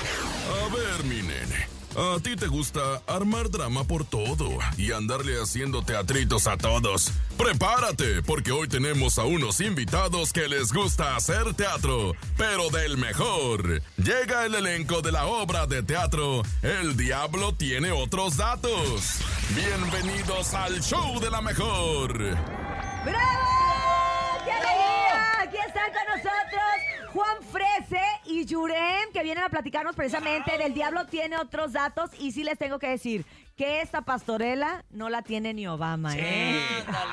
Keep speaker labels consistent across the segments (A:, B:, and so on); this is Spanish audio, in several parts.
A: A ver, mi nene. A ti te gusta armar drama por todo y andarle haciendo teatritos a todos. Prepárate, porque hoy tenemos a unos invitados que les gusta hacer teatro, pero del mejor. Llega el elenco de la obra de teatro El Diablo tiene otros datos. Bienvenidos al show de la mejor.
B: ¡Bravo! ¡Qué alegría! Aquí están con nosotros Juan Frese y Yurem, que vienen a platicarnos precisamente del Diablo tiene otros datos. Y sí les tengo que decir que esta pastorela no la tiene ni Obama, ¿eh?
C: Claro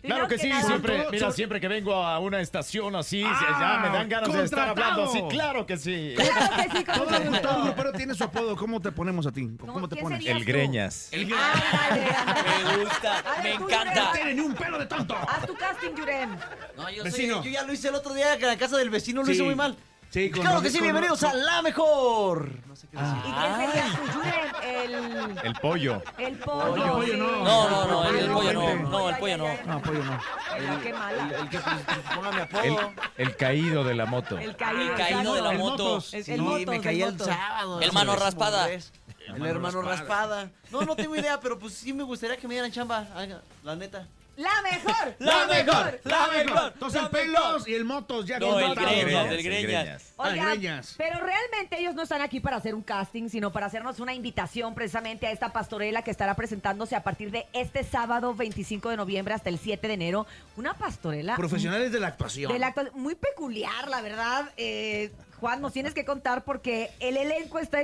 B: Primero
C: que sí,
B: nada-
C: siempre,
D: Sobre-
C: mira,
D: sobre-
C: siempre que vengo a una estación así,
D: Ah,
C: ya me dan ganas de estar
D: contratado.
C: hablando así, claro que sí.
B: Yo creo que sí,
D: Todo,
B: como que-
D: todo grupero tiene su apodo. ¿Cómo te ponemos a ti?
B: No,
D: ¿Cómo, te
B: ¿quién
D: pones?
B: sería tú? Ándale, ándale.
E: Me gusta,
B: A ver,
E: me
B: tú,
E: encanta.
B: Yurem,
D: tiene ni un pelo de tonto!
B: Haz tu casting, Yurem.
E: No, yo, soy-
D: Vecino.
E: yo ya lo hice el otro día en la casa del vecino, lo
D: Sí.
E: hice muy mal.
D: Sí, con
E: claro
D: los-
E: que sí,
D: con los-
E: bienvenidos a La Mejor. No sé qué decir.
B: ¿Y quién sería tu Yurem? El,
C: El pollo.
B: el pollo. Ah,
D: Pollo, pollo,
B: sí.
D: no.
E: No, no, no, el,
D: el
E: el pollo no,
D: puente.
E: no, el pollo no.
B: Ay, ay, ay.
D: No, pollo no.
B: Ay, qué mala.
E: El que pues, ponga mi
C: El,
E: apodo.
C: el caído de la moto.
B: El
E: El,
B: caído.
E: caído de la
B: El
E: moto.
D: motos.
B: El-
E: Sí,
B: el motos,
E: me
B: el
E: caí el,
B: motos.
E: sábado.
F: El mano
E: Eso,
F: raspada.
E: eso, eso. El hermano raspada. No, no tengo idea, pero pues sí me gustaría que me dieran chamba. haga, La neta.
B: La mejor.
E: La mejor. La mejor.
D: Entonces el
E: la mejor.
D: pelos y el motos ya
E: No, el
D: contratados.
E: greñas,
C: El
E: el greñas.
D: Las
B: Oigan,
D: greñas.
B: pero realmente ellos no están aquí para hacer un casting, sino para hacernos una invitación precisamente a esta pastorela que estará presentándose a partir de este sábado 25 de noviembre hasta el 7 de enero. Una pastorela
D: Profesionales de la actuación.
B: de la actua- muy peculiar, la verdad. Eh, Juan, nos tienes que contar porque el elenco está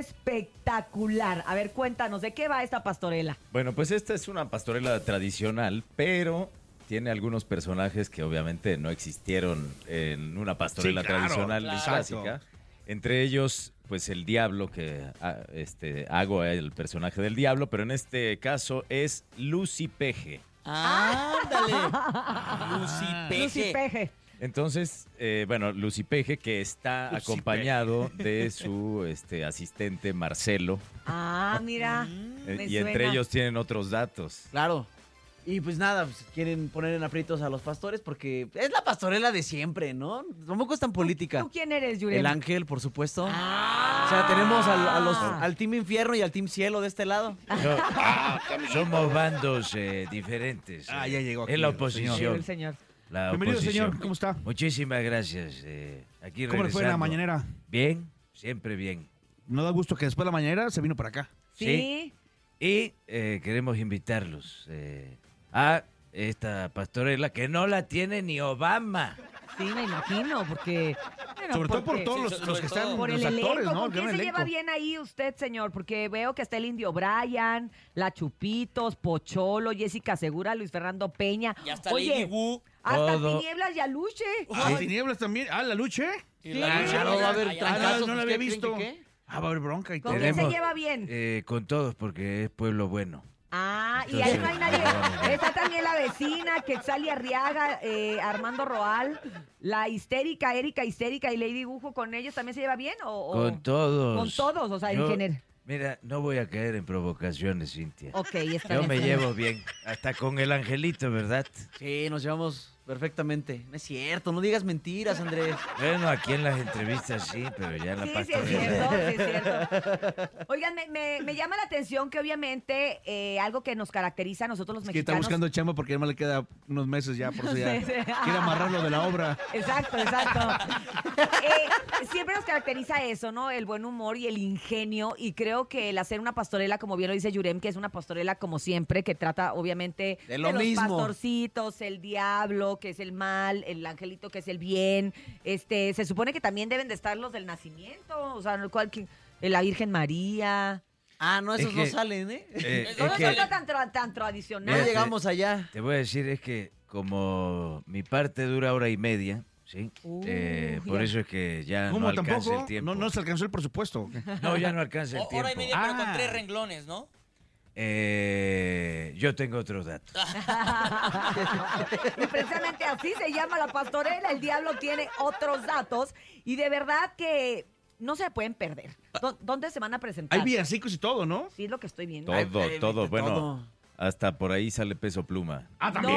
B: espectacular. A ver, cuéntanos, ¿de qué va esta pastorela?
F: Bueno, pues esta es una pastorela tradicional, pero tiene algunos personajes que obviamente no existieron en una pastorela
D: Sí, claro,
F: tradicional
D: claro.
F: ni clásica. Entre ellos, pues el diablo, que ah, este, hago el personaje del diablo, pero en este caso es Lucy Peje.
E: Ándale.
B: Lucy
E: Lucy Peje.
B: Peje.
F: Entonces, eh, bueno, Lucy Peje, que está
D: Lucy
F: acompañado de su este, asistente Marcelo,
B: Ah, mira.
E: Mm.
F: eh,
B: me
F: y entre
B: suena.
F: ellos tienen otros datos.
E: Claro. Y pues nada, pues, quieren poner en aprietos a los pastores porque es la pastorela de siempre, ¿no? Tampoco es tan política.
B: ¿Tú quién eres, Yurem?
E: El ángel, por supuesto.
B: Ah.
E: O sea, tenemos al, a los- al Team Infierno y al Team Cielo de este lado.
F: No, somos bandos eh, diferentes.
D: Ah,
F: eh,
D: ya llegó
F: Es la
D: aquí el señor.
B: Llegó
F: oposición.
B: el señor.
F: la
D: Bienvenido,
F: oposición.
D: señor. ¿Cómo está?
F: Muchísimas gracias. eh, aquí
D: ¿Cómo le fue en
F: regresando.
D: la mañanera?
F: Bien, siempre bien.
D: No da gusto que después de la mañanera se vino para acá.
B: Sí.
F: Y eh, queremos invitarlos eh, a esta pastorela que no la tiene ni Obama.
B: Sí, me imagino, porque... bueno,
D: Sobre todo por
B: porque-
D: todos
E: Sí,
D: los,
E: sobre
D: los que
E: todo.
D: están,
B: Por
D: los
B: el
D: actores,
B: elenco,
D: ¿no?
B: ¿con
D: El
B: quién
D: gran
B: se lleva
D: elenco.
B: bien ahí usted, señor? Porque veo que está el Indio Brian, La Chupitos, Pocholo, Jessica Segura, Luis Fernando Peña.
E: Y hasta Lady
B: Oye,
E: Wu.
B: hasta
F: Todo.
B: Tinieblas y Aluche.
D: Ah, tinieblas también. Ah, la luche.
E: Y la- Claro, va a haber
D: Ah, no,
E: trancazos,
D: no la
E: pues,
D: había
E: ¿qué creen
D: visto.
E: que qué?
D: Ah, va a haber bronca y todo.
B: ¿Con quién se
F: Tenemos-
B: lleva bien?
F: Eh, con todos, porque es pueblo bueno.
B: Ah, y
F: Entonces,
B: ahí no hay nadie. Está también la vecina, Quetzal y Arriaga, eh, Armando Roal, la histérica, Erika Histérica y Lady Gujo. ¿Con ellos también se lleva bien? O, o-
F: Con todos.
B: Oh. Con todos, o sea, en
F: Yo-
B: general.
F: Mira, no voy a caer en provocaciones, Cintia.
B: Ok, está bien.
F: Yo me llevo bien, hasta con el angelito, ¿verdad?
E: Sí, nos llevamos perfectamente. No es cierto, no digas mentiras, Andrés.
F: Bueno, aquí en las entrevistas sí, pero ya en la
B: Sí, sí, es cierto,
F: pastorela.
B: sí, es cierto. Oigan, me, me- me llama la atención que obviamente eh, algo que nos caracteriza a nosotros los
D: Es que está
B: mexicanos.
D: buscando chamba porque además le queda unos meses ya, por eso ya
B: Sí, sí.
D: quiere amarrarlo de la obra.
B: Exacto, exacto. Eh, siempre nos caracteriza eso, ¿no? El buen humor y el ingenio. Y creo que el hacer una pastorela, como bien lo dice Yurem, que es una pastorela como siempre, que trata obviamente
E: De lo
B: los
E: mismo.
B: pastorcitos, el diablo, que es el mal, el angelito, que es el bien. Este, se supone que también deben de estar los del nacimiento, o sea, cualquier, la Virgen María.
E: Ah, no, esos
F: Es
E: no
F: que-
E: salen, ¿eh?
F: Eh,
B: No
F: es
B: nos
F: que,
B: falta tan, tra- tan
E: No
B: tradicional.
F: Mira, eh,
E: llegamos allá.
F: te voy a decir, es que como mi parte dura hora y media, ¿sí? Eh,
B: Uy,
F: por
B: ya.
F: eso es que
G: Ah,
F: ya no
D: ¿Cómo
F: alcanza
D: tampoco?
F: el tiempo.
D: No, no se alcanzó el presupuesto.
F: No, ya no alcanza el
H: O- hora y media,
F: tiempo.
H: pero
D: Ah.
H: con tres renglones, ¿no?
F: Eh, yo tengo otros datos.
B: Y precisamente así se llama la pastorela. El diablo tiene otros datos y de verdad que no se pueden perder. ¿Dó- ¿Dónde se van a presentar?
D: Hay villancicos y todo, ¿no?
B: Sí, es lo que estoy viendo.
F: Todo,
E: Ay,
F: todo.
E: viste
F: Bueno,
E: todo.
F: Hasta por ahí sale peso pluma.
H: Ah, también.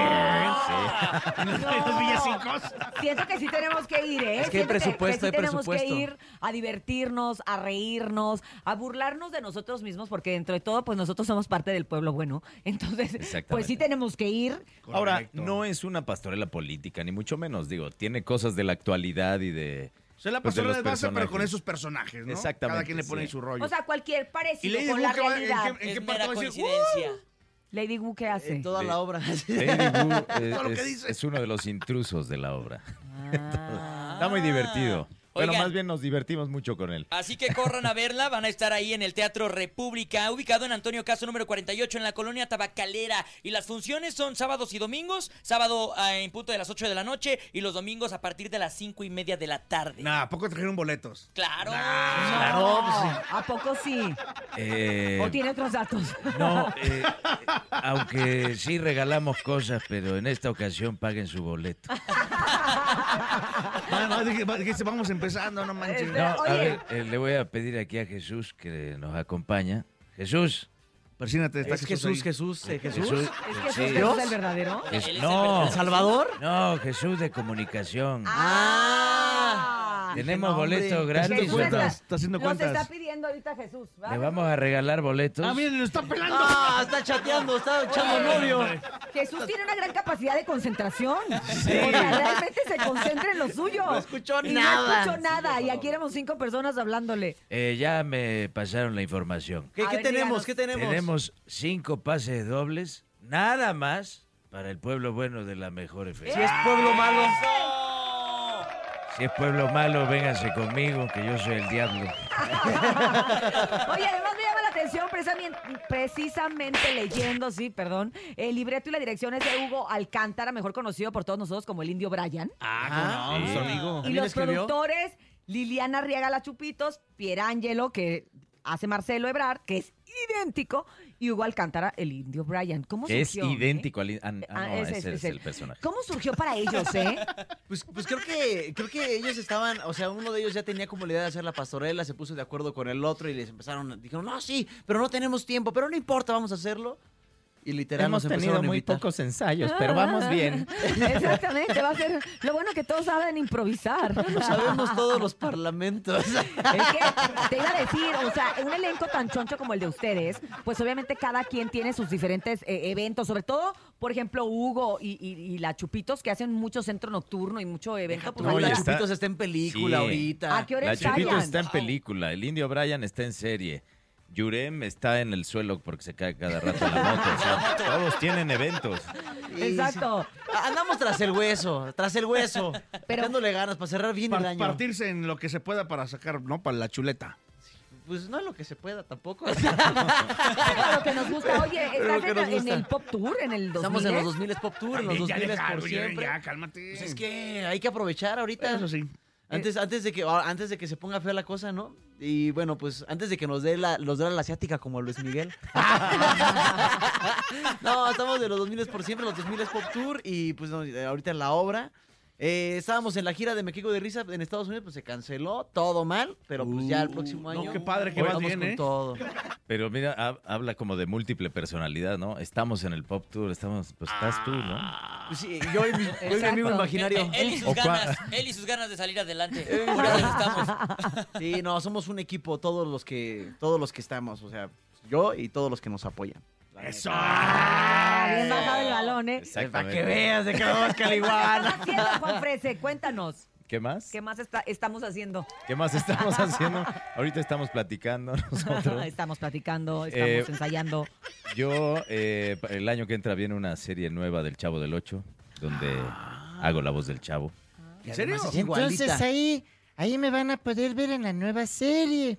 B: No.
H: Los villancicos.
B: Siento que sí tenemos que ir, ¿eh?
E: Es que hay
B: Siento
E: presupuesto,
B: que
E: hay
B: sí tenemos
E: presupuesto.
B: que ir a divertirnos, a reírnos, a burlarnos de nosotros mismos, porque dentro de todo, pues nosotros somos parte del pueblo bueno. Entonces, pues sí
F: Exactamente.
B: tenemos que ir.
F: Ahora,
D: Correcto.
F: no es una pastorela política, ni mucho menos. Digo, tiene cosas de la actualidad y de.
D: Se la
F: pues,
D: pasó
F: de los
D: de base, pero
F: personajes.
D: con esos personajes, ¿no?
F: Exactamente,
D: Cada quien le
F: sí.
D: pone ahí su rollo.
B: O sea, cualquier
D: y
B: parecido
D: Lady
B: con la
D: Gaga va-
B: realidad.
D: ¿en qué, en qué
E: es
D: parte Uh.
E: mera
D: va a decir?
E: coincidencia.
B: Lady Wu, ¿qué
F: eh,
B: hace?
E: En toda
F: Sí.
E: la obra.
F: Lady Wu, eh,
D: Todo lo que
F: es-
D: dice.
F: es uno de los intrusos de la obra.
B: Ah.
F: Está muy divertido. Bueno,
I: Oigan.
F: más bien nos divertimos mucho con él.
I: Así que corran a verla, van a estar ahí en el Teatro República, ubicado en Antonio Caso número 48 en la colonia Tabacalera. Y las funciones son sábados y domingos, sábado ah, en punto de las 8 de la noche y los domingos a partir de las 5 y media de la tarde.
D: Nah, ¿a poco trajeron boletos?
B: No.
I: Claro.
D: Claro, pues
B: ¿A poco sí?
F: Eh,
B: ¿O tiene otros datos?
F: no, eh, aunque eh, sí regalamos cosas, pero en esta ocasión paguen su boleto.
D: Nada más dije- va- dijiste, vamos empezando, no manches.
F: No, a
B: Este, Oye.
F: ver, eh, le voy a pedir aquí a Jesús que nos acompaña. Jesús.
D: Persínate, está
E: Es Jesús,
D: ahí.
E: Jesús, eh, Jesús.
B: ¿Es que
F: sí.
B: Jesús
E: ¿Dios?
B: es el verdadero?
F: Es-
I: Él es el
F: no,
E: ¿El Salvador?
F: no, Jesús de comunicación.
B: Ah.
F: Tenemos
E: no, hombre.
F: boletos
D: Está
F: gratis.
D: haciendo
B: Jesús
D: cuentas,
B: está-
D: está haciendo
B: Nos está
D: cuentas.
B: pidiendo ahorita Jesús.
F: Le vamos a regalar boletos.
H: Ah, miren, lo está pelando.
E: Ah, está chateando, está echando novio.
B: Jesús tiene una gran capacidad de concentración. O sea, realmente se concentra en lo suyo. No
E: escuchó
B: No
E: nada.
B: escuchó nada. y aquí éramos cinco personas hablándole.
F: Eh, ya me pasaron la información.
E: ¿Qué,
B: A
E: qué
B: ver, díganos.
E: tenemos? ¿Qué tenemos?
F: Tenemos cinco pases dobles, nada más, para el pueblo bueno de la mejor FM.
E: Si es pueblo malo.
F: Si es pueblo malo, vénganse conmigo, que yo soy el diablo.
B: Oye, además me llama la atención precisamente, precisamente leyendo, sí, perdón, el libreto y la dirección es de Hugo Alcántara, mejor conocido por todos nosotros como el Indio Bryan.
E: Ah,
F: Sí.
E: amigo.
B: Y
E: ¿También
B: los
E: escribió?
B: productores, Liliana Riaga La Chupitos, Pierangelo, que hace Marcelo Ebrard, que es idéntico, y Hugo Alcántara, el Indio Bryan. ¿Cómo
F: Que es
B: surgió, eh?
F: idéntico al... Ah,
B: Ah,
F: no,
B: ese, ese,
F: ese, es
B: ese.
F: el personaje.
B: ¿Cómo surgió para ellos, eh?
E: Pues, pues creo que creo que ellos estaban, o sea, uno de ellos ya tenía como la idea de hacer la pastorela, se puso de acuerdo con el otro y les empezaron, dijeron, no, sí, pero no tenemos tiempo, pero no importa, vamos a hacerlo. Y literal nos empezaron a invitar.
F: ensayos, pero vamos bien.
B: Exactamente, va a ser lo bueno que todos saben improvisar.
E: Sabemos todos los parlamentos.
B: Es que te iba a decir, o sea, un elenco tan choncho como el de ustedes, pues obviamente cada quien tiene sus diferentes eh, eventos, sobre todo, por ejemplo, Hugo y, y- y la Chupitos, que hacen mucho centro nocturno y mucho evento. pues,
E: Tú,
B: ahí
E: la
F: Oye,
B: va.
F: está-
E: Chupitos está en película
F: Sí.
E: ahorita.
B: ¿A Ah, qué hora
F: La Chupito
B: ensayan?
F: está en película, el Indio Brian está en serie. Yurem está en el suelo porque se cae cada rato la moto. o sea, todos tienen eventos.
E: Sí,
B: Exacto.
E: sí. Andamos tras el hueso, tras el hueso.
B: Pero-
E: Pero dándole ganas para cerrar bien el
D: Par-
E: año.
D: partirse en lo que se pueda para sacar, ¿no? Para la chuleta.
E: Pues no es lo que se pueda tampoco.
B: Pero lo que nos gusta, oye,
E: Pero
B: estás
E: lo que
B: en,
E: nos
B: en
E: gusta.
B: el Pop Tour, en el 2000.
E: Estamos en los 2000 Pop Tour, en los
D: También, ya
E: 2000
D: deja,
E: por
D: güey, ya,
E: siempre.
D: Ya, cálmate.
E: Pues es que hay que aprovechar ahorita.
D: Eso sí.
E: Antes, antes, de que, ah, antes de que se ponga fea la cosa, ¿no? Y bueno, pues antes de que nos dé la, nos dé la asiática como a Luis Miguel. no, estamos de los 2000 por siempre, los 2000 Pop Tour y pues no, eh, ahorita en la obra. Eh, estábamos en la gira de Me Quico de Risa en Estados Unidos, pues se canceló, todo mal, pero pues ya el próximo
D: Uh, no,
E: año.
D: qué padre que vas
E: vamos
D: bien,
E: con
D: ¿eh?
E: todo.
F: Pero mira, hab- habla como de múltiple personalidad, ¿no? Estamos en el pop tour, estamos, pues estás tú, ¿no?
E: Pues sí, yo y mi, yo y mi
B: Exacto.
E: amigo
I: Eh,
E: imaginario.
I: eh, él, y sus
F: O cua-
I: ganas, él y sus ganas de salir adelante.
D: Eh.
I: Por eso estamos.
E: Sí, no, somos un equipo todos los que todos los que estamos, o sea, yo y todos los que nos apoyan.
D: Eso.
B: Ah, bien bajado el balón, ¿eh?
E: Para que veas de que vamos
B: ¿Qué
E: caliguana.
B: estás haciendo, Juan Frese? Cuéntanos,
F: ¿Qué más?
B: ¿qué más está- estamos haciendo?
F: ¿Qué más estamos haciendo? Ahorita estamos platicando nosotros.
B: Estamos platicando, estamos
F: Eh,
B: ensayando.
F: Yo, eh, pa- el año que entra viene una serie nueva del Chavo del Ocho, donde hago la voz del Chavo.
D: ¿En serio?
E: Es igualita.
J: ahí, ahí me van a poder ver en la nueva serie.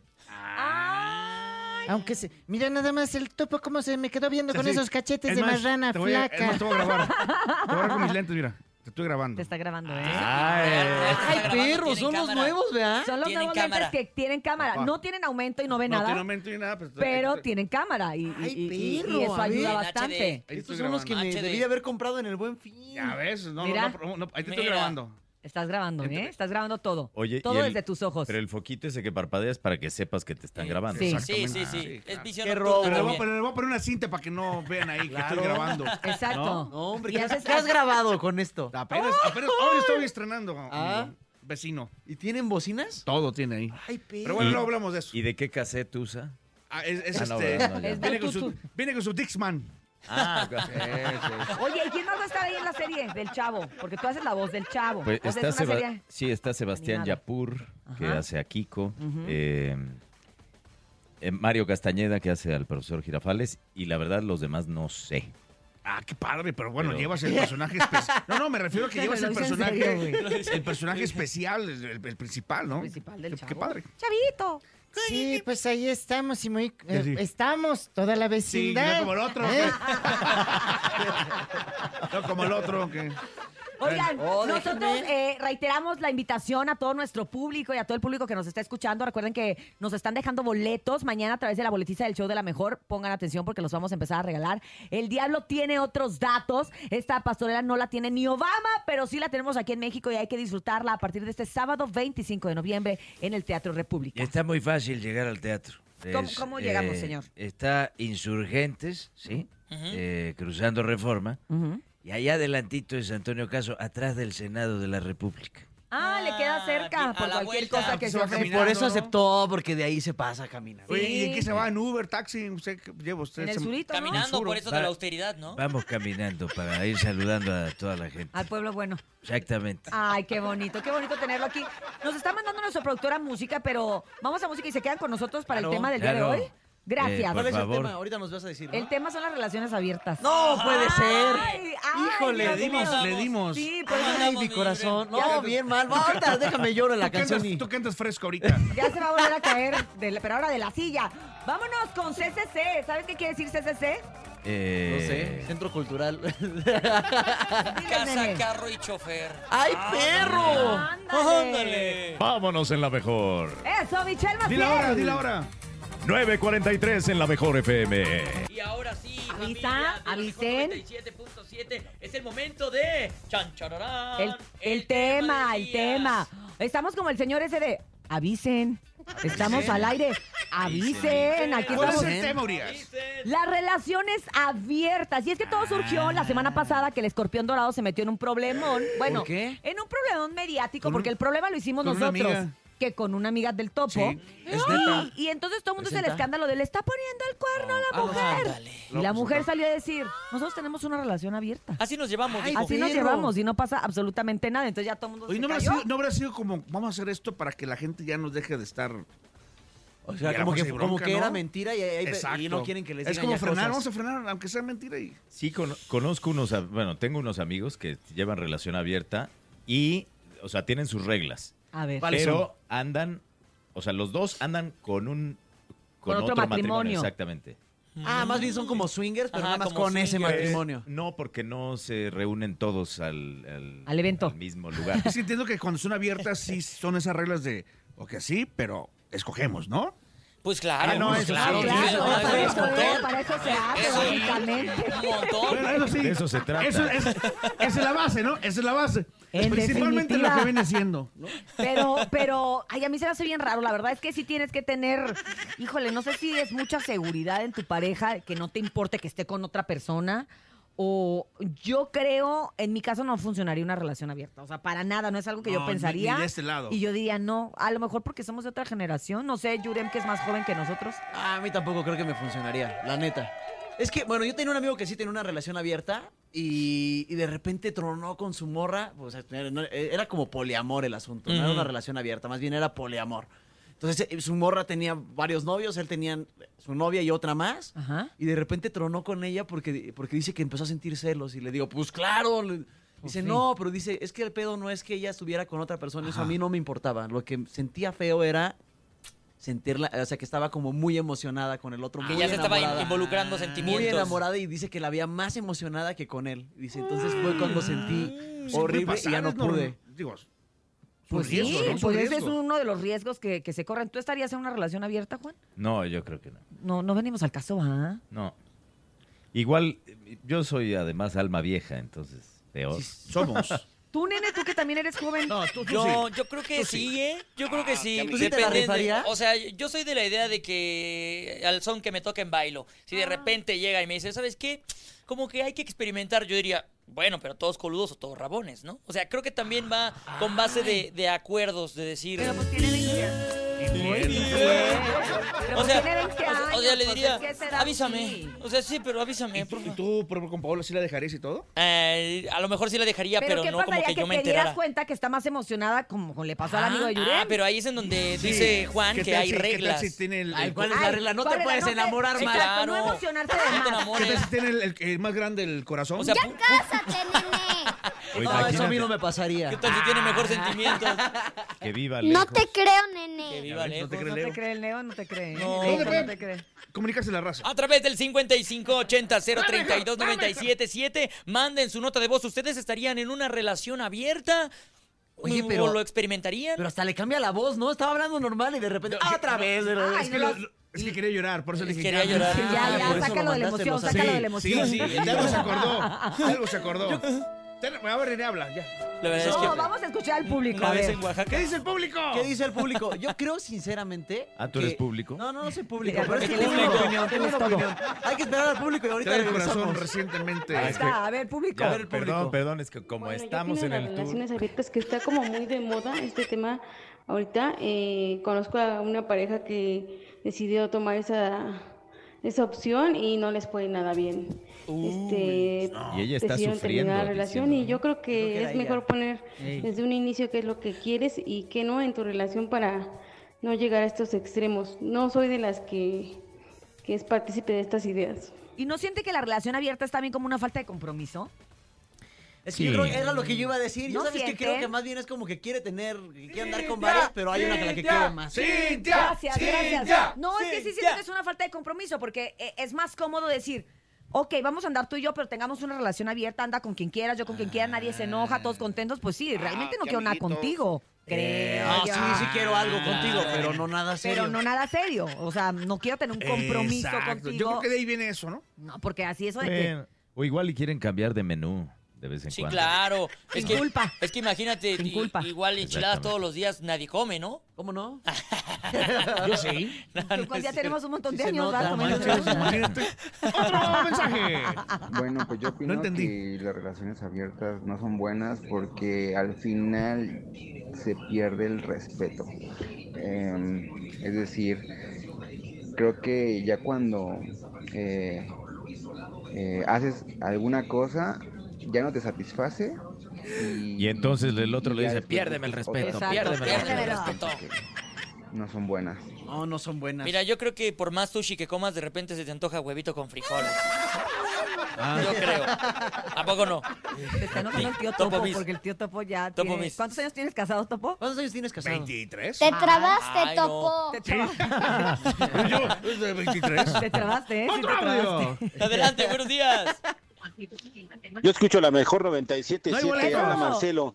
J: Aunque se. Mira nada más el topo cómo se me quedó viendo con
D: Sí.
J: esos cachetes
D: Es
J: de
D: más,
J: marrana
D: te voy a- es
J: flaca.
D: más, te voy a grabar. Te voy a grabar con mis lentes, mira. Te estoy grabando.
B: Te está grabando, ¿eh?
D: Ah.
E: Ay, perros, son los nuevos, ¿verdad?
B: Son los
I: Tienen
B: nuevos
I: cámara.
B: lentes que tienen cámara.
D: Papá.
B: No tienen aumento y no ven
D: no
B: nada,
D: tiene aumento ni nada, pues, pero,
B: pero tienen cámara y, y-
E: Ay,
B: y- y- y
E: perro,
B: eso
E: a ver.
B: ayuda
I: En
B: bastante.
I: HD.
D: Ahí estoy
E: Estos son los que me
I: grabando. HD.
E: debí haber comprado en el buen fin.
D: Ya ves, no, no,
B: Mira.
D: no, no, ahí te estoy
I: Mira.
D: grabando.
B: Estás grabando, ¿eh? Estás grabando todo.
F: Oye, y
B: todo
F: el-
B: desde tus ojos.
F: Pero el foquito ese que parpadeas para que sepas que te están grabando.
B: Sí.
I: Sí,
D: Exactamente.
I: sí,
D: Ah,
I: sí.
D: claro.
I: Es visión
E: Qué
I: nocturna
E: robo.
D: Pero le voy, a
I: también.
D: poner, le voy a poner una cinta para que no vean ahí que
E: Claro.
D: estoy grabando.
B: Exacto.
E: No, hombre,
B: Y
E: ¿qué,
B: haces-
E: qué has grabado con esto?
D: Apenas, apenas, ahora estoy estrenando,
E: Ah.
D: amigo, vecino.
E: ¿Y tienen bocinas?
D: Todo tiene ahí.
E: Ay, pero.
D: Pero bueno,
F: Y-
D: no hablamos de eso.
F: ¿Y de qué cassette usa?
D: Ah, es, es
F: Ah, no,
D: este.
F: ¿verdad? No, ya.
B: Es
D: viene, con su,
B: Bluetooth.
D: viene con su Dixman.
F: Ah,
B: Oye, ¿y quién más va a estar ahí en la serie? Del chavo. Porque tú haces la voz del chavo.
F: Pues
B: o sea,
F: está
B: es una
F: Seba-
B: serie.
F: sí, está Sebastián
B: animada.
F: Yapur, que
B: Ajá.
F: hace a Kiko. eh, eh, Mario Castañeda, que hace al profesor Girafales. Y la verdad, los demás no sé.
D: Ah, qué padre, pero bueno,
F: Pero-
D: llevas el personaje especial. No, no, me refiero a que
B: Pero
D: llevas
B: lo
D: el
B: hice en
D: personaje.
B: serio,
D: el personaje especial, el, el principal, ¿no?
B: Principal del
D: Qué-
B: chavo.
D: Qué padre.
B: Chavito.
J: Sí, pues ahí estamos y muy... eh,
D: Sí, sí.
J: Estamos, toda la
D: Sí, no
J: vecindad.
D: como el otro.
J: ¿eh?
D: No como el otro. que-
B: Oigan,
E: Oh,
B: nosotros eh, reiteramos la invitación a todo nuestro público y a todo el público que nos está escuchando. Recuerden que nos están dejando boletos mañana a través de la boletiza del show de la mejor. Pongan atención porque los vamos a empezar a regalar. El diablo tiene otros datos. Esta pastorela no la tiene ni Obama, pero sí la tenemos aquí en México y hay que disfrutarla a partir de este sábado 25 de noviembre en el Teatro República.
K: Está muy fácil llegar al teatro. eh,
B: ¿Cómo- cómo llegamos, señor?
K: Está Insurgentes, ¿sí?
I: Ujú.
K: Eh, cruzando Reforma.
B: Ujú.
K: Y allá adelantito es Antonio Caso, atrás del Senado de la República.
B: Ah, le queda
I: Ah,
B: cerca
I: a
B: por
I: la
B: cualquier
I: vuelta.
B: cosa que
D: Se
B: se
D: va
B: ofrezca.
D: caminando.
E: Por eso
D: ¿no?
E: aceptó, porque de ahí se pasa a caminar.
D: Oye, ¿y en
B: Sí.
D: qué se va? ¿En Uber, taxi? ¿Usted qué lleva usted?
B: En el
D: Se-
B: surito, ¿no?
I: Caminando por eso de
K: Va-
I: la austeridad, ¿no?
K: Vamos caminando para ir saludando a toda la gente.
B: Al pueblo bueno.
K: Exactamente.
B: Ay, qué bonito, qué bonito tenerlo aquí. Nos está mandando nuestra productora música, pero vamos a música y se quedan con nosotros para el
E: Claro,
B: tema del día
K: claro.
B: de hoy. Gracias.
K: Eh,
E: ¿Cuál
K: por
E: es el
K: favor.
E: tema? Ahorita nos vas a decir. ¿no?
B: El tema son las relaciones abiertas.
E: No puede ser.
B: Ay, ay,
E: Híjole,
B: Dios
E: le dimos,
B: mío.
D: le dimos.
B: Sí, pero
E: Ay,
I: andamos
E: mi
I: libre.
E: corazón.
B: Ya-
E: No, bien mal. Va, Ahorita déjame llorar la
D: ¿Tú qué andas-
E: canción. y-
D: tú qué andas fresco ahorita?
B: ya se va a volver a caer, de la- pero ahora de la silla. Vámonos con CCC. ¿Sabes qué quiere decir CCC?
K: Eh,
E: No sé, centro cultural.
B: Dile,
I: Casa,
B: nene.
I: carro y chofer.
E: ¡Ay, perro!
B: Ándale.
K: Eh,
F: Vámonos en la mejor.
B: Eso, Michelle Maciel.
D: Dile ahora, dile ahora.
F: 9.43 en la mejor FM.
I: Y ahora sí,
B: Avisa,
I: familia, de la mejor
B: avisen.
I: 97.7, es el momento de chan chararán,
B: El, el tema,
I: del
B: el
I: día.
B: tema. Estamos como el señor ese de avisen. Estamos al aire. Avisen. Aquí
D: ¿Cuál es
B: estamos. ¿eh?
D: el tema, Urias?
I: Avisen.
B: Las relaciones abiertas. Y es que todo surgió la
D: Ah.
B: semana pasada que el escorpión dorado se metió en un problemón. Bueno,
E: ¿Por qué?
B: en un problemón mediático,
D: Con
B: porque
D: un-
B: el problema lo hicimos
D: con una
B: nosotros.
D: amiga.
B: Que con una amiga del topo.
D: Sí, es
B: Y-
D: neta. Ah,
B: Y, entonces todo el mundo es el
E: Presenta.
B: escándalo de le está poniendo el cuerno a la mujer. y la mujer salió a decir, nosotros tenemos una relación abierta.
I: Así nos llevamos, dijo.
B: Así nos
E: perro.
B: llevamos y no pasa absolutamente nada. Entonces ya todo el mundo
D: Oye,
B: se
D: ¿no habrá,
B: cayó.
D: sido, no habrá sido como, vamos a hacer esto para que la gente ya nos deje de estar...
E: O
D: Y
E: sea,
D: a
E: como
D: la
E: que,
D: voz de
E: como
D: bronca,
E: que
D: ¿no?
E: era mentira y, ahí- y no quieren que les digan
D: Es como
E: ya
D: frenar, vamos
E: cosas.
D: a frenar, aunque sea mentira. Y...
F: Sí, cono- conozco unos, a- bueno, tengo unos amigos que llevan relación abierta y, o sea, tienen sus reglas.
B: A ver.
E: ¿Cuáles
F: pero
E: son?
F: andan, o sea, los dos andan con un
B: Con otro matrimonio.
F: exactamente.
E: Ah, más bien son como swingers, pero
I: Ajá,
E: nada más
I: como
E: con ese
I: swingers.
E: matrimonio.
F: Eh, No, porque no se reúnen todos al, al,
B: Al evento.
F: al mismo lugar.
D: Es que entiendo que cuando son abiertas sí son esas reglas de, ok, sí, pero escogemos, ¿no?
I: Pues claro,
D: Ah, no,
I: pues
D: eso
I: claro.
D: sí,
I: pues
D: claro,
I: no,
D: para
I: es
D: eso
I: un
B: es,
I: montón.
B: para eso se hace,
I: Eso,
B: básicamente.
I: Un
E: Oh,
I: montón.
D: Bueno, eso sí.
F: De eso se trata.
D: Eso es, esa es la base, ¿no? Esa es la base.
B: En
D: Principalmente
B: definitiva.
D: lo que viene siendo. ¿no?
B: Pero, pero, ay, a mí se me hace bien raro. La verdad es que sí tienes que tener, híjole, no sé si es mucha seguridad en tu pareja, que no te importe que esté con otra persona. O yo creo, en mi caso no funcionaría una relación abierta. O sea, para nada, no es algo que
D: No,
B: yo
D: ni-
B: pensaría.
D: ni de este lado.
B: Y yo diría, no, a lo mejor porque somos de otra generación. No sé, Yurem, que es más joven que nosotros.
E: Ah, a mí tampoco creo que me funcionaría, la neta. Es que, bueno, yo tenía un amigo que sí tenía una relación abierta y, y de repente tronó con su morra. O sea, no- era como poliamor el asunto, no era
I: Ujú.
E: una relación abierta, más bien era poliamor. Entonces, eh, su morra tenía varios novios, él tenía su novia y otra más.
B: Ajá.
E: Y de repente tronó con ella porque, porque dice que empezó a sentir celos. Y le digo, pues claro. le- dice,
I: Pues
B: sí.
E: no, pero dice, es que el pedo no es que ella estuviera con otra persona. Eso a mí no me importaba. Lo que sentía feo era sentirla, o sea, que estaba como muy emocionada con el otro.
I: Ah, Que
E: muy
I: ya se estaba
E: enamorada.
I: involucrando sentimientos.
E: Muy enamorada y dice que la había más emocionada que con él. Dice, entonces
I: Ah,
E: fue cuando sentí
D: Sí, puede
E: horrible y
D: pasar,
E: ya no
D: es normal.
E: pude.
D: Digo, es
B: Pues
D: un riesgo,
B: sí,
D: ¿no? Es un
B: pues ese es
D: riesgo.
B: uno de los riesgos que, que se corren. ¿Tú estarías en una relación abierta, Juan?
F: No, yo creo que no.
B: No, no venimos al caso, ¿ah?
F: No. Igual, eh, yo soy además alma vieja, entonces peor.
D: Somos.
B: Tú, nene, tú que también eres joven.
D: No, tú, tú
I: Yo,
D: sí. Ah,
I: yo creo que
D: Tú
I: sí. ¿eh? Yo creo que sí.
E: ¿Tú sí te la
I: Depende de-
E: rifarías?
I: o sea, yo soy de la idea de que al son que me toquen bailo. Si
B: Ah.
I: de repente llega y me dice, ¿sabes qué? Como que hay que experimentar, yo diría, bueno, pero todos coludos o todos rabones, ¿no? O sea, creo que también va con base de, de acuerdos, de decir...
B: Pero pues tiene 20 años. Pero
I: O
B: pues
I: sea,
B: tiene 20
I: o
B: años.
I: sea, o sea, le
B: pues,
I: diría,
B: es que esa edad
I: avísame.
B: sí.
I: O sea, sí, pero avísame, por
D: ¿Y
I: favor.
D: tú, por- con Paola, sí la dejarías y todo?
I: Eh, a lo mejor sí la dejaría,
B: Pero,
I: pero,
B: ¿qué
I: no como
B: pasaría
I: que
B: que,
I: yo me
B: te dieras
I: enterara.
B: cuenta que está más emocionada como le pasó al amigo de Yurem?
I: Ah, pero ahí es en donde
D: Sí.
I: dice Juan
D: ¿Qué
I: que
D: tal
I: hay
D: si- qué tal
I: reglas.
D: si tiene el,
E: Ay,
D: el-
E: ¿cuál es la
B: Ay,
E: regla? No
B: ¿cuál es
E: te
B: la-
E: puedes
B: no te-
E: enamorar
I: Sí,
E: más.
B: Exacto, no
I: Claro.
B: emocionarte
I: No
B: de
I: te
B: más.
D: ¿Qué
I: enamores.
D: tal si tiene el, el- el más grande el corazón?
I: O sea,
L: ¡Ya cásate, nene!
F: O
E: No, eso a mí
F: imagínate
E: no me
I: ¿Qué
E: pasaría.
I: tal si tiene mejor sentimiento?
F: que viva
L: No
F: lejos.
L: te creo,
I: Que
L: nene.
I: viva
D: Ah. no te
I: lejos.
D: crees,
B: No te
D: Leo.
B: cree el Leo, no te cree.
I: No.
B: Neta,
D: No te
B: no te cree.
D: Comunícase la raza.
I: A través del 5580-032-977, manden su nota de voz. ¿Ustedes estarían en una relación abierta?
E: Oye,
I: ¿O
E: pero-
I: lo experimentarían?
E: Pero hasta le cambia la voz, ¿no? Estaba hablando normal y de repente. ¡Ah, otra vez!
B: Ay,
D: es, que
B: no
D: lo-
B: lo-
D: lo- es que quería llorar, por eso le dije.
I: Quería
D: ya.
I: llorar.
B: Sí, ya,
E: Ah, por
B: ya,
E: eso
B: sácalo
E: lo
B: de la
E: mandaste,
B: emoción,
E: los-
B: sácalo
E: sí,
B: de la emoción.
D: Sí, sí, de algo se acordó. de algo se acordó. Ten- A ver, Irene, habla, ya.
I: La verdad es que
B: No, vamos a escuchar al público.
I: una
B: A
I: vez
B: ver.
I: en Oaxaca...
D: ¿Qué dice el público?
E: ¿Qué dice el público? Yo creo, sinceramente.
F: Ah, ¿tú
E: que-
F: eres público?
E: No, no, no soy público.
B: Mira,
E: pero
B: porque
E: es
B: tienes
E: público.
B: una opinión, tienes
E: Tengo una
B: todo.
E: opinión. Hay que esperar al público y ahorita
D: Trae el corazón
E: regresamos.
D: recientemente.
B: Ahí está, a ver, público.
F: Ya,
E: A ver,
F: perdón,
E: público.
F: perdón, es que como
G: Bueno, yo
F: estamos
G: opino
F: en
G: de
F: el
G: las
F: tour.
G: relaciones abiertas que está como muy de moda este tema ahorita. Eh, conozco a una pareja que decidió tomar esa esa opción y no les fue nada bien. este,
F: Y ella está
G: decidieron
F: sufriendo,
G: terminar la relación
F: diciendo,
G: y yo creo que,
E: Creo que era
G: es mejor
E: ella.
G: poner
E: Ey.
G: desde un inicio qué es lo que quieres y qué no en tu relación para no llegar a estos extremos. No soy de las que, que es partícipe de estas ideas.
B: ¿Y no siente que la relación abierta es también como una falta de compromiso?
E: Es que yo
F: Sí.
E: creo que era lo que yo iba a decir. Yo
B: ¿No
E: sabes que
B: sienten?
E: creo que más bien es como que quiere tener, que quiere andar con varias, pero hay una que la que quiere más.
D: ¡Cintia!
B: Gracias, gracias. No, es que sí
E: Cintia.
B: siento que es una falta de compromiso porque eh, es más cómodo decir, ok, vamos a andar tú y yo, pero tengamos una relación abierta, anda con quien quieras, yo con quien quiera, nadie se enoja, todos contentos. Pues sí, realmente no
D: qué
B: quiero nada
D: amiguitos.
B: contigo. Creo
E: No,
B: yo.
E: sí, Ah, sí quiero algo contigo, pero no nada serio.
B: Pero no nada serio. O sea, no quiero tener un compromiso
D: Exacto. Yo
B: contigo.
D: creo que de ahí viene eso, ¿no?
B: No, porque así eso de que.
F: Bueno, eh, o igual y quieren cambiar de menú de vez en
I: Sí,
F: cuando.
I: claro. Es
B: Sin
I: que,
B: culpa.
I: Es que imagínate,
B: Sin
I: i-
B: culpa.
I: igual enchiladas
F: Exactamente.
I: todos los días nadie come, ¿no?
E: ¿Cómo no?
D: Yo sí.
I: No,
B: pues,
I: no
B: ya
I: es
B: tenemos un montón de
E: Sí se
B: años, ¿verdad?
E: nota,
B: Comiendo
E: maestro.
B: de todo.
D: Imagínate. ¡Otro mensaje!
M: Bueno, pues yo opino
D: entendí.
M: que las relaciones abiertas no son buenas porque al final se pierde el respeto. Eh, es decir, creo que ya cuando eh, eh, haces alguna cosa, ya no te satisface.
F: Y entonces el otro le
M: ya
F: dice,
M: después
F: "Piérdeme el
M: buscas
F: respeto,
M: otra
B: piérdeme
M: cosa".
B: el Piérdeme el respeto.
I: respeto.
M: No son buenas.
E: No, no son buenas.
I: Mira, yo creo que por más sushi que comas, de repente se te antoja huevito con frijoles.
B: Ah.
I: Yo creo. ¿A poco no?
B: Te está enojando el tío
I: Topo
B: Topo,
I: Mis.
B: porque el tío Topo ya
I: Topo
B: tiene...
I: Mis.
B: ¿Cuántos años tienes casado, Topo?
E: ¿Cuántos años tienes
F: "Pues,
E: casado?
D: 23.
L: Te trabaste,
I: Ay, no.
L: topo.
B: Te trabaste,
D: Yo, es de 23.
B: te trabaste, ¿eh? Sí, te
D: ¡Otro audio!
I: Adelante, buenos días.
N: Yo escucho la mejor
D: No hay
N: 97.7,
D: boletos.
N: habla Marcelo.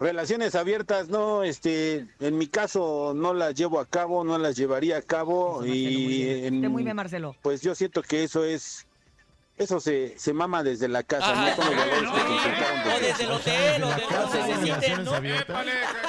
N: Relaciones abiertas, no, este, en mi caso no las llevo a cabo, no las llevaría a cabo y en-
B: Te muy bien, Marcelo.
N: pues yo siento que eso es, eso se, se mama desde la casa,
I: Ajá.
N: no con los valores
I: no,
N: que se inculcaron
I: o
N: desde-
I: desde el hotel, o de
F: casa
I: donde
F: hay
I: se necesiten,
F: relaciones
I: ¿no?
F: abiertas.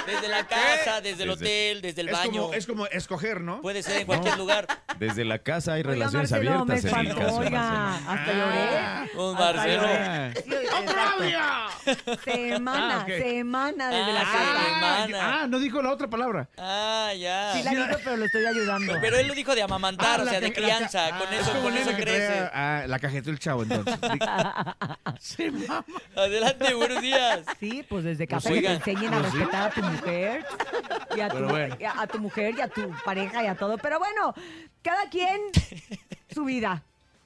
I: Desde la casa, desde el
F: Desde-
I: hotel, desde el
D: Es
I: baño.
D: como, es como escoger, ¿no?
I: Puede ser en cualquier lugar.
F: Desde la casa hay
B: Oiga,
F: relaciones
B: Marcelo,
F: abiertas
B: me
F: en el
B: espantó,
F: caso. de
B: Oiga,
F: Marcelo.
B: hasta
D: Ah.
B: lloré.
I: Un
B: Hasta
I: Marcelo.
B: lloré. Sí,
D: ¡Otro
B: exacto.
D: audio!
B: Semana,
D: Ah, ok.
B: semana desde la
I: Ah,
B: casa.
I: Semana.
D: Ah, no dijo la otra palabra.
I: Ah, ya.
B: Sí la digo, pero lo estoy ayudando.
I: Pero él lo dijo de amamantar,
D: Ah,
I: o
D: la
I: sea, de
D: que- la
I: crianza.
D: que-
I: con
D: ah,
I: eso,
D: es como
I: con
D: nena
I: eso
D: que
I: crece.
D: traía- Ah, la cajetó el chavo entonces.
I: Adelante, buenos días.
B: Sí, pues desde casa
I: Pues,
B: que te
I: oigan,
B: enseñen a respetar a tu mujer y a tu,
D: Pero bueno.
B: y a- a tu mujer y a tu pareja y a todo. Pero bueno, cada quien su vida.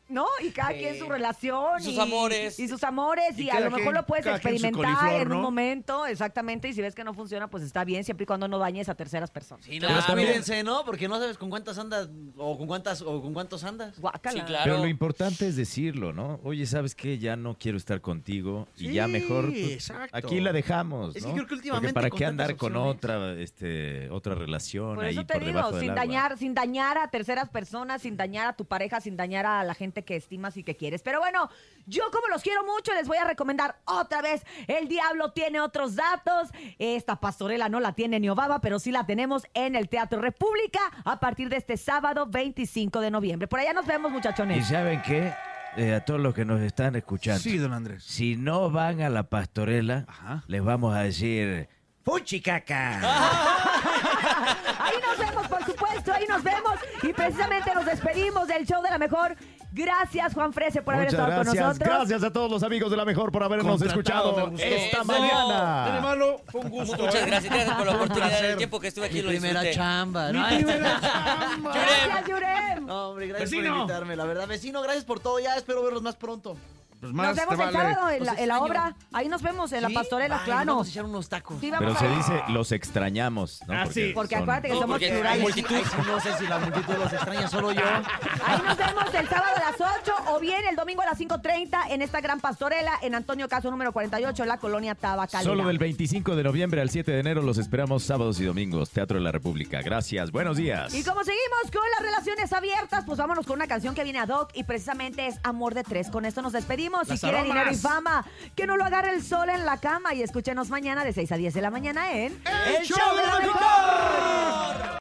B: ¿No? Y cada quien su relación.
I: Sus
B: y,
I: amores.
B: Y sus amores. Y,
D: Y
B: a
D: cada
B: lo mejor
D: quien-
B: lo puedes
D: cada quien su
B: experimentar
D: coliflor,
B: en un
D: ¿no?
B: momento. Exactamente. Y si ves que no funciona, pues está bien, siempre y cuando no dañes a terceras personas.
I: Sí,
E: Claro,
I: no,
F: también-
E: cuídense, Ah, ¿no? Porque no sabes con cuántas andas o con cuántas o con cuántos andas.
B: Guácala.
I: Sí, claro.
F: Pero lo importante es decirlo, ¿no? Oye, ¿sabes qué? Ya no quiero estar contigo y ya
D: Sí,
F: mejor pues,
D: exacto.
F: aquí la dejamos, ¿no?
E: Es que creo que
F: Porque
E: últimamente
F: para
E: con
F: qué andar
E: tantas
F: con
E: opciones.
F: otra este otra relación
B: Por
F: ahí
B: eso te
F: por debajo
B: digo,
F: del
B: sin
F: agua?
B: dañar, sin dañar a terceras personas, sin dañar a tu pareja, sin dañar a la gente gente que estimas y que quieres. Pero bueno, yo como los quiero mucho, les voy a recomendar otra vez. El Diablo tiene otros datos. Esta pastorela no la tiene ni Obama, pero sí la tenemos en el Teatro República a partir de este sábado 25 de noviembre. Por allá nos vemos, muchachones.
K: ¿Y saben qué? Eh, a todos los que nos están escuchando.
D: Sí, don Andrés.
K: Si no van a la pastorela, les vamos a decir... ¡Puchicaca!
B: Ahí nos vemos, por supuesto, ahí nos vemos. Y precisamente nos despedimos del show de la mejor. Gracias, Juan Frese, por haber
C: Muchas
B: estado
C: gracias.
B: con nosotros.
C: Gracias a todos los amigos de La Mejor por habernos
I: Contratado, me
C: escuchado
I: gustó.
C: esta
I: Eso.
C: mañana.
I: Tiene
D: malo, fue un gusto.
I: Ah. Uh,
D: ¿eh?".
I: Muchas gracias, gracias por la oportunidad del tiempo que estuve aquí.
E: Mi
I: lo
E: primera
I: disfruté.
E: chamba, ¿no?
I: Mi
E: primera
I: chamba.
B: Gracias, Yurem.
E: No, hombre, gracias
D: Vecino.
E: por invitarme, la verdad. Vecino, gracias por todo. Ya espero verlos más pronto.
D: Pues
B: Nos
D: más te
B: vemos el
D: vale.
B: sábado en la,
E: Los
B: en la
E: extraño.
B: obra. Ahí nos vemos en
E: ¿Sí?
B: la pastorela,
E: Ay,
B: claro.
E: Vamos a echar unos tacos.
B: Sí, vamos
F: Pero
B: a-
F: se dice los extrañamos, ¿no?
B: Ah, sí. Porque acuérdate que No, somos porque hay
E: Ay,
B: plurales.
E: sí, ay, sí, no sé si la multitud los extraña, solo yo.
B: Ahí nos vemos el sábado a las 8 o bien el domingo a las 5.30 en esta gran pastorela en Antonio Caso número 48 en la colonia Tabacalera.
F: Solo del 25 de noviembre al 7 de enero los esperamos sábados y domingos, Teatro de la República. Gracias, buenos días.
B: Y como seguimos con las relaciones abiertas, pues vámonos con una canción que viene a Doc y precisamente es Amor de Tres. Con esto nos despedimos.
J: Las
B: si quiere
J: aromas.
B: dinero y fama, que no lo agarre el sol en la cama y escúchenos mañana de 6 a 10 de la mañana en...
J: ¡El show de la mejor!